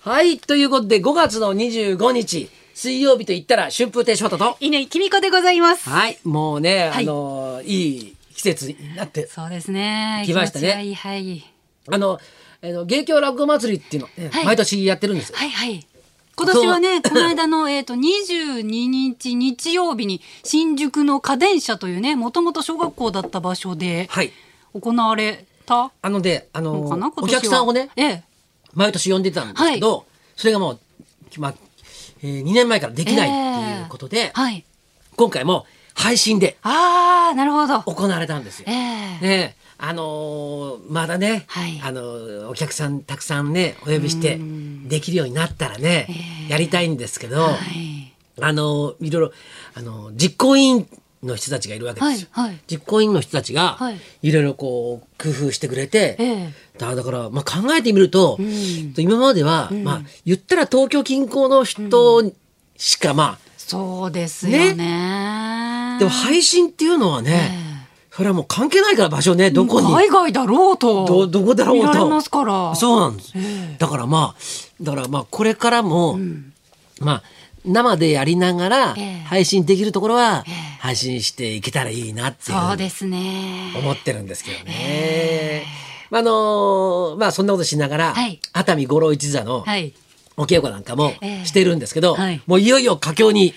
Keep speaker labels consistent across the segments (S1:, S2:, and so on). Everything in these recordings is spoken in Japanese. S1: はい、ということで、5月の25日、水曜日と言ったら、春風亭昇太と。
S2: 稲井君子でございます。
S1: はい、もうね、
S2: はい
S1: あの、いい季節になって、
S2: そうですね。
S1: 来ましたね
S2: 気持ちがいいはい。
S1: あの、えの芸協落語祭りっていうの、ね
S2: はい
S1: 毎年やってるんですよ。
S2: はいはい。今年はね、この間の、えっ、と、22日日曜日に、新宿の家電車というね、もともと小学校だった場所で、
S1: はい。
S2: 行われた
S1: あので、あの
S2: のかな、今年は。
S1: お客さんをね、
S2: ええ。
S1: 毎年呼んでたんですけど、それがもう、まあ、えー、2年前からできないっていうことで、
S2: はい。
S1: 今回も配信で
S2: あー、なるほど。
S1: 行われたんですよ。
S2: ええ
S1: ねえあのーまだね、
S2: はい
S1: あのーお客さんたくさんねお呼びしてできるようになったらね、やりたいんですけど、
S2: はい。
S1: あのーいろいろ、あのー実行委員の人たちがいるわけですよ。
S2: はいはい
S1: 実行委員の人たちが、
S2: はい
S1: いろいろこう工夫してくれて、
S2: ええ
S1: だだから、まあ、考えてみると、
S2: ん
S1: 今までは、まあ、言ったら東京近郊の人しか、ま
S2: そうですよ
S1: あ
S2: ね。
S1: でも配信っていうのはね、それはもう関係ないから場所ねどこに
S2: 海外だろうと。
S1: どどこだろうと
S2: 見られますから。
S1: そうなんです、
S2: え
S1: だからまあだからまあこれからも、まあ生でやりながら
S2: ええ
S1: 配信できるところは
S2: ええ
S1: 配信していけたらいいなっていうふ
S2: そうう
S1: に
S2: ですね。
S1: 思ってるんですけどね。まああのーまあそんなことしながら、
S2: はい
S1: 熱海五郎一座の
S2: はい。
S1: お稽古なんかも
S2: ええ
S1: してるんですけど、
S2: はい
S1: もういよいよ佳境に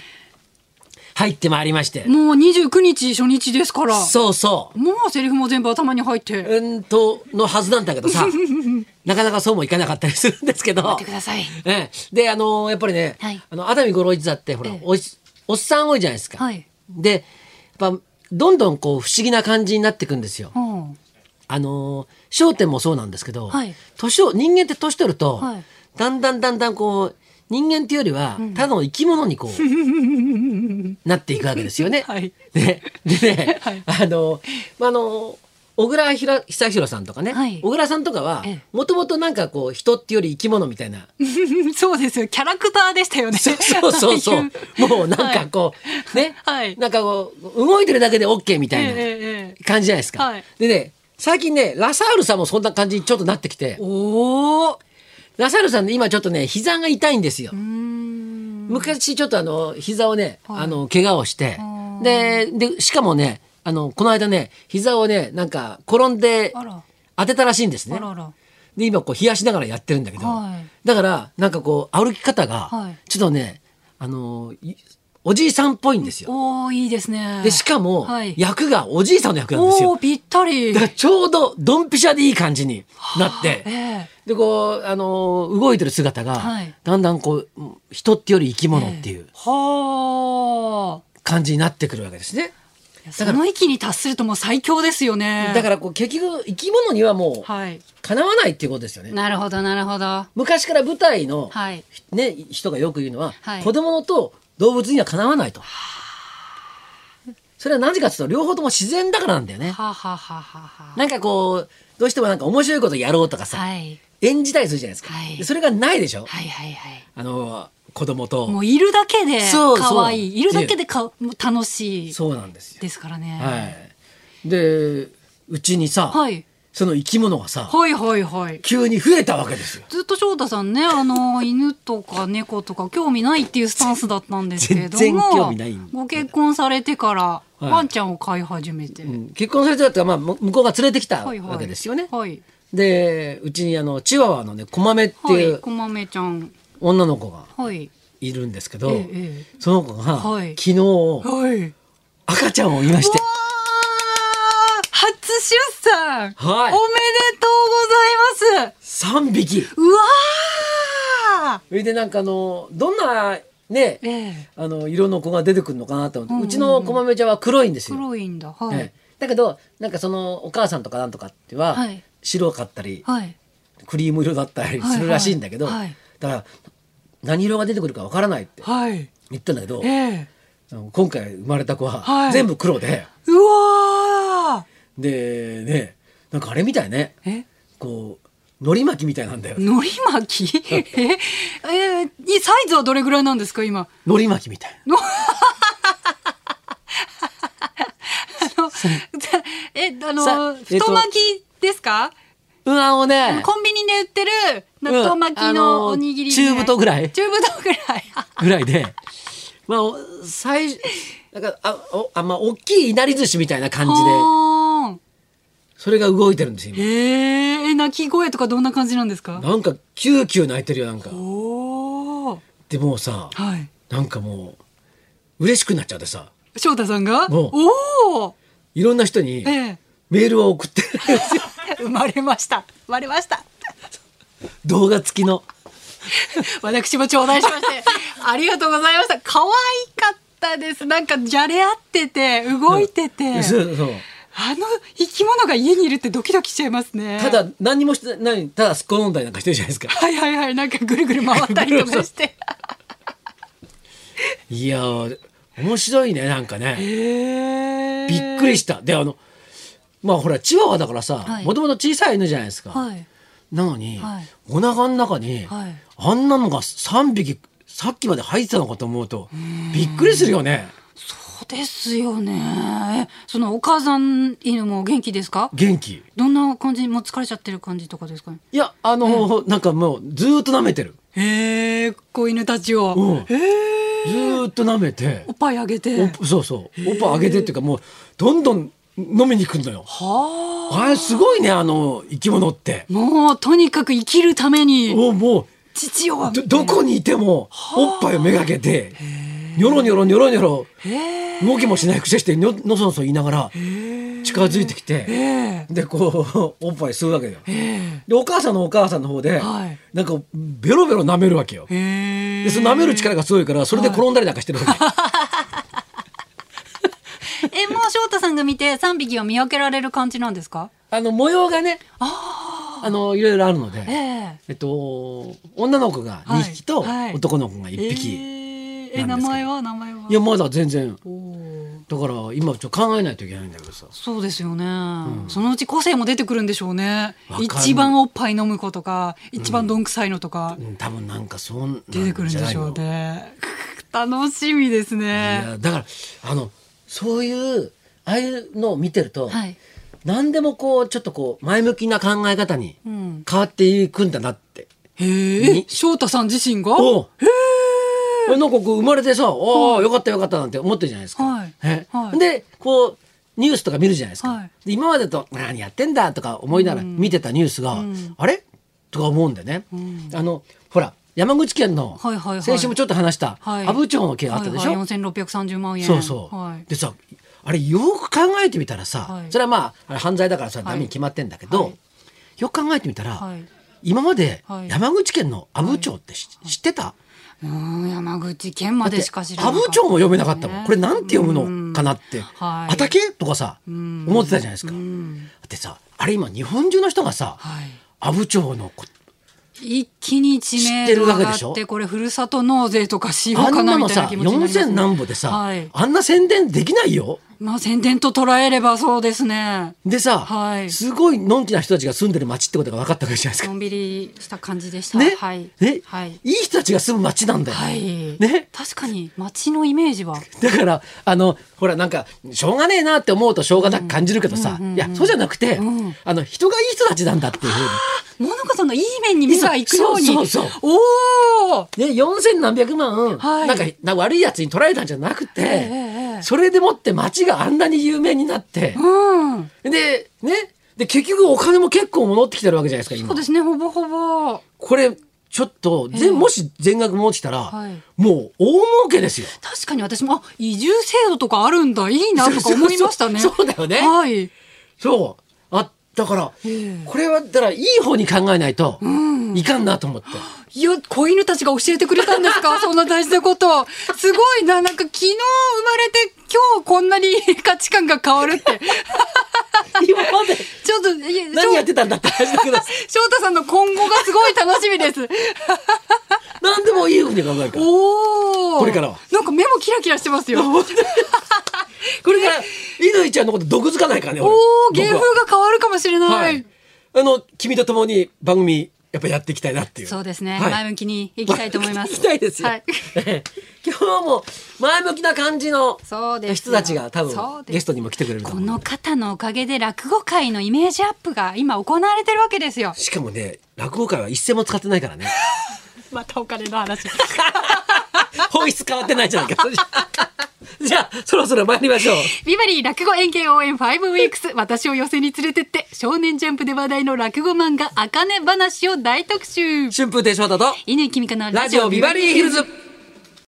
S1: 入ってまいりまして、
S2: もう29日初日ですから。
S1: そうそう
S2: もうセリフも全部頭に入って。待
S1: うんとのはずなんだけど さなかなかそうもいかなかったりするんですけど
S2: ってください。
S1: ええ、であのやっぱりね、
S2: はい
S1: あの熱海五郎一座ってほら、
S2: ええ
S1: おじおっさん多いじゃないですか、
S2: はい
S1: でやっぱどんどんこう不思議な感じになっていくんですよ。
S2: うん。
S1: あのー笑点もそうなんですけど、
S2: はい
S1: 年を人間って年取ると、
S2: はい
S1: だんだんだんだんこう人間っていうよりは、ただの生き物にこう なっていくわけですよね。
S2: はい
S1: ねでね、
S2: はい
S1: あのーまああのー小倉ひら久弘さんとかね、
S2: はい
S1: 小倉さんとかは
S2: ええ
S1: もともとなんかこう人っていうより生き物みたいな
S2: そうですよ。キャラクターでしたよね。
S1: そうそうそ
S2: あ
S1: う
S2: い。
S1: もうなんかこう、ね、
S2: はい
S1: なんかこう、動いてるだけで OK みた
S2: ええ
S1: いな
S2: ええええ
S1: 感じじゃないですか。
S2: はい
S1: でね、最近ね、ラサールさんもそんな感じにちょっとなってきて、
S2: おお。
S1: ラサールさんね、今ちょっとね、膝が痛いんですよ。
S2: うーん。
S1: 昔ちょっとあの、膝をね、あの、怪我をして、で、で、しかもね、あの、この間ね、膝をね、なんか転んで
S2: あら
S1: 当てたらしいんですね
S2: あ。らあら。
S1: で今こう冷やしながらやってるんだけど、
S2: はい
S1: だからなんかこう歩き方が
S2: はい
S1: ちょっとね、あのいおじいさんっぽいんですよ。
S2: おおいいですね。
S1: でしかも
S2: はい
S1: 役がおじいさんの役なんです
S2: おお
S1: よ。
S2: ぴったり。
S1: だからちょうどドンピシャでいい感じになって、
S2: ええ
S1: でこうあの動いてる姿が、
S2: はい
S1: だんだんこう人ってより生き物っていう
S2: はあ。
S1: 感じになってくるわけですね。
S2: いやその域に達するともう最強ですよね。
S1: だからこう結局生き物にはもう
S2: はい。
S1: かなわないっていうことですよね。
S2: なるほどなるほど。
S1: 昔から舞台の、
S2: はい
S1: ね、人がよく言うのは、
S2: はい
S1: 子供と動物にはかなわないと。それはなぜかというと両方とも自然だからなんだよね。
S2: はあ、はあはあはあはあ。
S1: なんかこうどうしてもなんか面白いことやろうとかさ、
S2: はい
S1: 演じたりするじゃないですか。
S2: はい
S1: でそれがないでしょ、
S2: はいはいはい。
S1: あの子供と。
S2: もういるだけで
S1: そうそう
S2: 可愛いいるだけでかもう楽しい
S1: そうなんですよ。
S2: ですからね。
S1: はい、でうちにさ、
S2: はい
S1: その生き物がさ
S2: はいはいはい。
S1: 急に増えたわけですよ。
S2: ずっと翔太さんね、あの、犬とか猫とか興味ないっていうスタンスだったんですけれども、
S1: 全然興味ないんだ
S2: ご結婚されてから、
S1: い
S2: ワンちゃんを飼い始めて。
S1: うん結婚されてたっていうか、まあ、む向こうが連れてきた
S2: はいはい。
S1: わけですよね。
S2: はい。
S1: でうちにあのチワワのねこまめって
S2: は
S1: いう
S2: い。こまめちゃん。
S1: 女の子が
S2: はい。
S1: いるんですけど、
S2: えええ
S1: その子が、
S2: はい
S1: 昨日
S2: はい。
S1: 赤ちゃんを産みまして
S2: わー初出産、
S1: はい
S2: おめでとうございます
S1: 3匹
S2: うわー
S1: それでなんかあのどんなね
S2: ええ
S1: あの色の子が出てくるのかなと思って、うちのこまめちゃんは黒いんですよ。
S2: 黒いんだはい、
S1: ええだけどなんかそのお母さんとかなんとかっては、
S2: はい
S1: 白かったり
S2: はい
S1: クリーム色だったりするらしいんだけど、
S2: はいはいはい
S1: だから何色が出てくるかわからないって
S2: はい
S1: 言ったんだけど、
S2: ええ
S1: あの今回生まれた子は、
S2: はい
S1: 全部黒で
S2: うわ
S1: でねなんかあれみたいね
S2: ーえ
S1: こう海苔巻きみたいなんだよ。
S2: のり巻き ええいサイズはどれぐらいなんですか今
S1: 海苔巻きみたいな。
S2: あのえあ
S1: さ
S2: の
S1: えっと
S2: 太巻きですか、
S1: うあんをね、
S2: コンビニで売ってる納豆巻きのおにぎり、ね
S1: うんあのー中太ぐらい
S2: 中太ぐらい。
S1: ぐらいで、まあ、お最初、なんか、あ、おあまあ、大きいいなり寿司みたいな感じで、
S2: は
S1: それが動いてるんですよ、
S2: ー
S1: 今。
S2: へえ、鳴き声とかどんな感じなんですか
S1: なんか、キューキュー泣いてるよ、なんか。
S2: おお。
S1: でもうさ、
S2: はい。
S1: なんかもう、嬉しくなっちゃってさ、
S2: 翔太さんが
S1: も
S2: おお
S1: いろんな人に
S2: え え。
S1: メールを送 ってるんですよ。
S2: 生まれました。生まれ ました。
S1: 動画付きの。
S2: 私も頂戴しまして、ありがとうございました。可愛かったです。なんかじゃれ合ってて、動いてて、
S1: そうそう。
S2: あの生き物が家にいるってドキドキしちゃいますね。
S1: ただ、何にもしてない、ただすっ転んだりなんかしてるじゃないですか。
S2: はいはいはい、なんかぐるぐる回ったりと かして。
S1: いやー、面白いね、なんかね。
S2: へ
S1: びっくり
S2: し
S1: した。で、あの、まあほら、チワワだからさ
S2: は、い
S1: もともと小さい犬じゃないですか。
S2: はい。
S1: なのに、
S2: はい
S1: お腹の中に、
S2: はい
S1: あんなのが3匹、さっきまで入ってたのかと思うと、びっくりするよね。
S2: そうですよね。そのお母さん犬も元気ですか
S1: 元気。
S2: どんな感じもう疲れちゃってる感じとかですかね。
S1: いや、あの、なんかもう、ずーっと舐めてる。
S2: へえ、子犬たちを。
S1: うん
S2: へえ。
S1: ずーっと舐めて
S2: お、っぱいあげて。
S1: おっぱそうそう、おっぱいあげてっていうか、もう、どんどん飲みに行くんだよ。
S2: はあ。
S1: あれ、すごいね、あの、生き物って。
S2: もうとにかく生きるために
S1: おもう、
S2: 父を
S1: どどこにいてもおっぱいをめがけてニョロニョロニョロニョロ
S2: へえ
S1: 動きもしないくせしてののそのそ言いながら近づいてきて
S2: え
S1: でこうおっぱい吸うわけだよ
S2: ええ
S1: でお母さんのお母さんの方で
S2: はい
S1: なんかベロベロ舐めるわけよ
S2: えへえ
S1: でその舐める力がすごいからそれで転んだりなんかしてるわけ
S2: えもう翔太さんが見て3匹は見分けられる感じなんですか
S1: あの模様がねあのいろいろあるので
S2: ええ
S1: えっと女の子が2匹と
S2: はいはい
S1: 男の子が1匹
S2: ええ
S1: な
S2: え
S1: んですけ
S2: 名
S1: ど
S2: 前は名前はい
S1: やまだ全然
S2: おー
S1: だから今ちょっと考えないといけないんだけどさ
S2: そうですよね、そのうち個性も出てくるんでしょうね
S1: わかんない
S2: 一番おっぱい飲む子とか一番どんくさいのとか、
S1: うん多分なんかそんなん
S2: 出てくるんでしょう
S1: じゃ
S2: ね楽しみです
S1: ないのい
S2: ね
S1: やだからあのそういうああいうのを見てると、
S2: はい
S1: 何でもこうちょっとこう前向きな考え方に
S2: うん
S1: 変わっていくんだなって。
S2: へえ
S1: に
S2: 翔太さん自身が
S1: おうえなんかこう生まれてさ「おおよかったよかった」なんて思ってるじゃないですか。
S2: はい
S1: え
S2: はい
S1: でこうニュースとか見るじゃないですか。
S2: はい
S1: で今までと「何やってんだ」とか思いながら見てたニュースが「
S2: うん
S1: あれ?」とか思うんだよね。
S2: ん
S1: あのほら山口県の
S2: はいはいはい
S1: 先週もちょっと話した
S2: はい
S1: 阿武町の件あったでしょ、
S2: はいはい、4630万円
S1: そうそう、
S2: はい、
S1: でさあれよく考えてみたらさ、
S2: はい
S1: それはまああれ犯罪だからさ
S2: い
S1: ダメに決まってんだけど、
S2: はい
S1: よく考えてみたら、
S2: はい
S1: 今まで
S2: はい
S1: 山口県の阿武町ってし、知ってた、
S2: うーん山口県ま
S1: だって
S2: でしか知らな
S1: 阿
S2: かっ
S1: 武
S2: た
S1: 町も読めなかったもん、
S2: ね
S1: これなんて読むのかなって、
S2: はい
S1: あたけとかさ、
S2: ん
S1: 思ってたじゃないですか、
S2: うん
S1: だってさあれ今日本中の人がさ、
S2: はい
S1: 阿武町のこ
S2: 一気に知名度が
S1: 知ってるわけ
S2: 上がっ
S1: でして
S2: これふるさと納税とかしよう
S1: あ
S2: か
S1: んな
S2: なみ
S1: の
S2: たい
S1: さ
S2: な気持ちになり
S1: 4
S2: ます、ね、
S1: 千何歩でさ、
S2: はい、
S1: あんな宣伝できないよ。
S2: まあ宣伝と捉えればそうですね
S1: でさ、
S2: はい
S1: すごいのんきな人たちが住んでる町ってことが分かったわけじゃないですか
S2: のんびりした感じでした
S1: ね、
S2: はい
S1: ね、
S2: はい
S1: い、い人たちが住む町なんだよ。
S2: はい
S1: ね
S2: 確かに街のイメージは
S1: だからあのほらなんかしょうがねえなって思うとしょうがなく感じるけどさ、いやそうじゃなくて、
S2: うん
S1: あの人がいい人たちなんだっていう
S2: ものこさんのいい面に目が行くように
S1: そうそうそう
S2: おお
S1: ふうに、ね、4,000何百万、
S2: はい
S1: なんかな悪いやつに取られたんじゃなくて、
S2: ええ
S1: それでもって町があんなに有名になって、
S2: うん
S1: でねで結局お金も結構戻ってきてるわけじゃないですか今
S2: そうですねほぼほぼ
S1: これちょっと、ぜ
S2: ええ
S1: もし全額戻ってきたら、
S2: はい
S1: もう大儲けですよ。
S2: 確かに私もあ移住制度とかあるんだいいなとか思いましたね。
S1: そうそうそうだよね
S2: はい。
S1: そう。あ、だから
S2: ええ、
S1: これは、だから、いい方に考えないと
S2: ん
S1: いかんなと思って。
S2: いや子犬たちが教えてくれたんです かそんな大事なこと。すごいななんか昨日生まれて今日こんなに価値観が変わるって
S1: 今まで
S2: ちょっといや
S1: 何やっ
S2: 翔
S1: てたんだって話だけど、
S2: 翔太さんの今後がすごい楽しみ です。
S1: 何でもいい風に考えるから。
S2: おお。
S1: これからは
S2: なんか目もキラキラしてます よ。
S1: これから、乾ちゃんのこと毒づかないからね、
S2: お
S1: 俺
S2: お芸風
S1: 僕は
S2: が変わるかもしれない。
S1: はい。あの、君と共に番組やっぱやっていきたいなっていう。
S2: そうですね、
S1: はい
S2: 前向きにいきたいと思います
S1: 行きたいですよ。
S2: はい
S1: 今日も前向きな感じの
S2: そうですよ
S1: 人たちが多
S2: そう
S1: 分
S2: です
S1: ゲストにも来てくれると
S2: こ
S1: 思う。
S2: の方のおかげで落語界のイメージアップが今行われてるわけですよ
S1: しかもね、落語界は一銭も使ってないからね。
S2: またお金の話
S1: 本質変わってないじゃないか。 じゃあ、そろそろ参りましょう。
S2: ビバリー落語演芸応援5ウィークス私を寄せに連れてって少年ジャンプで話題の落語漫画「あかね話」を大特集
S1: 春風亭昇太と
S2: 犬木美香の
S1: ラジオビバリーヒルズ。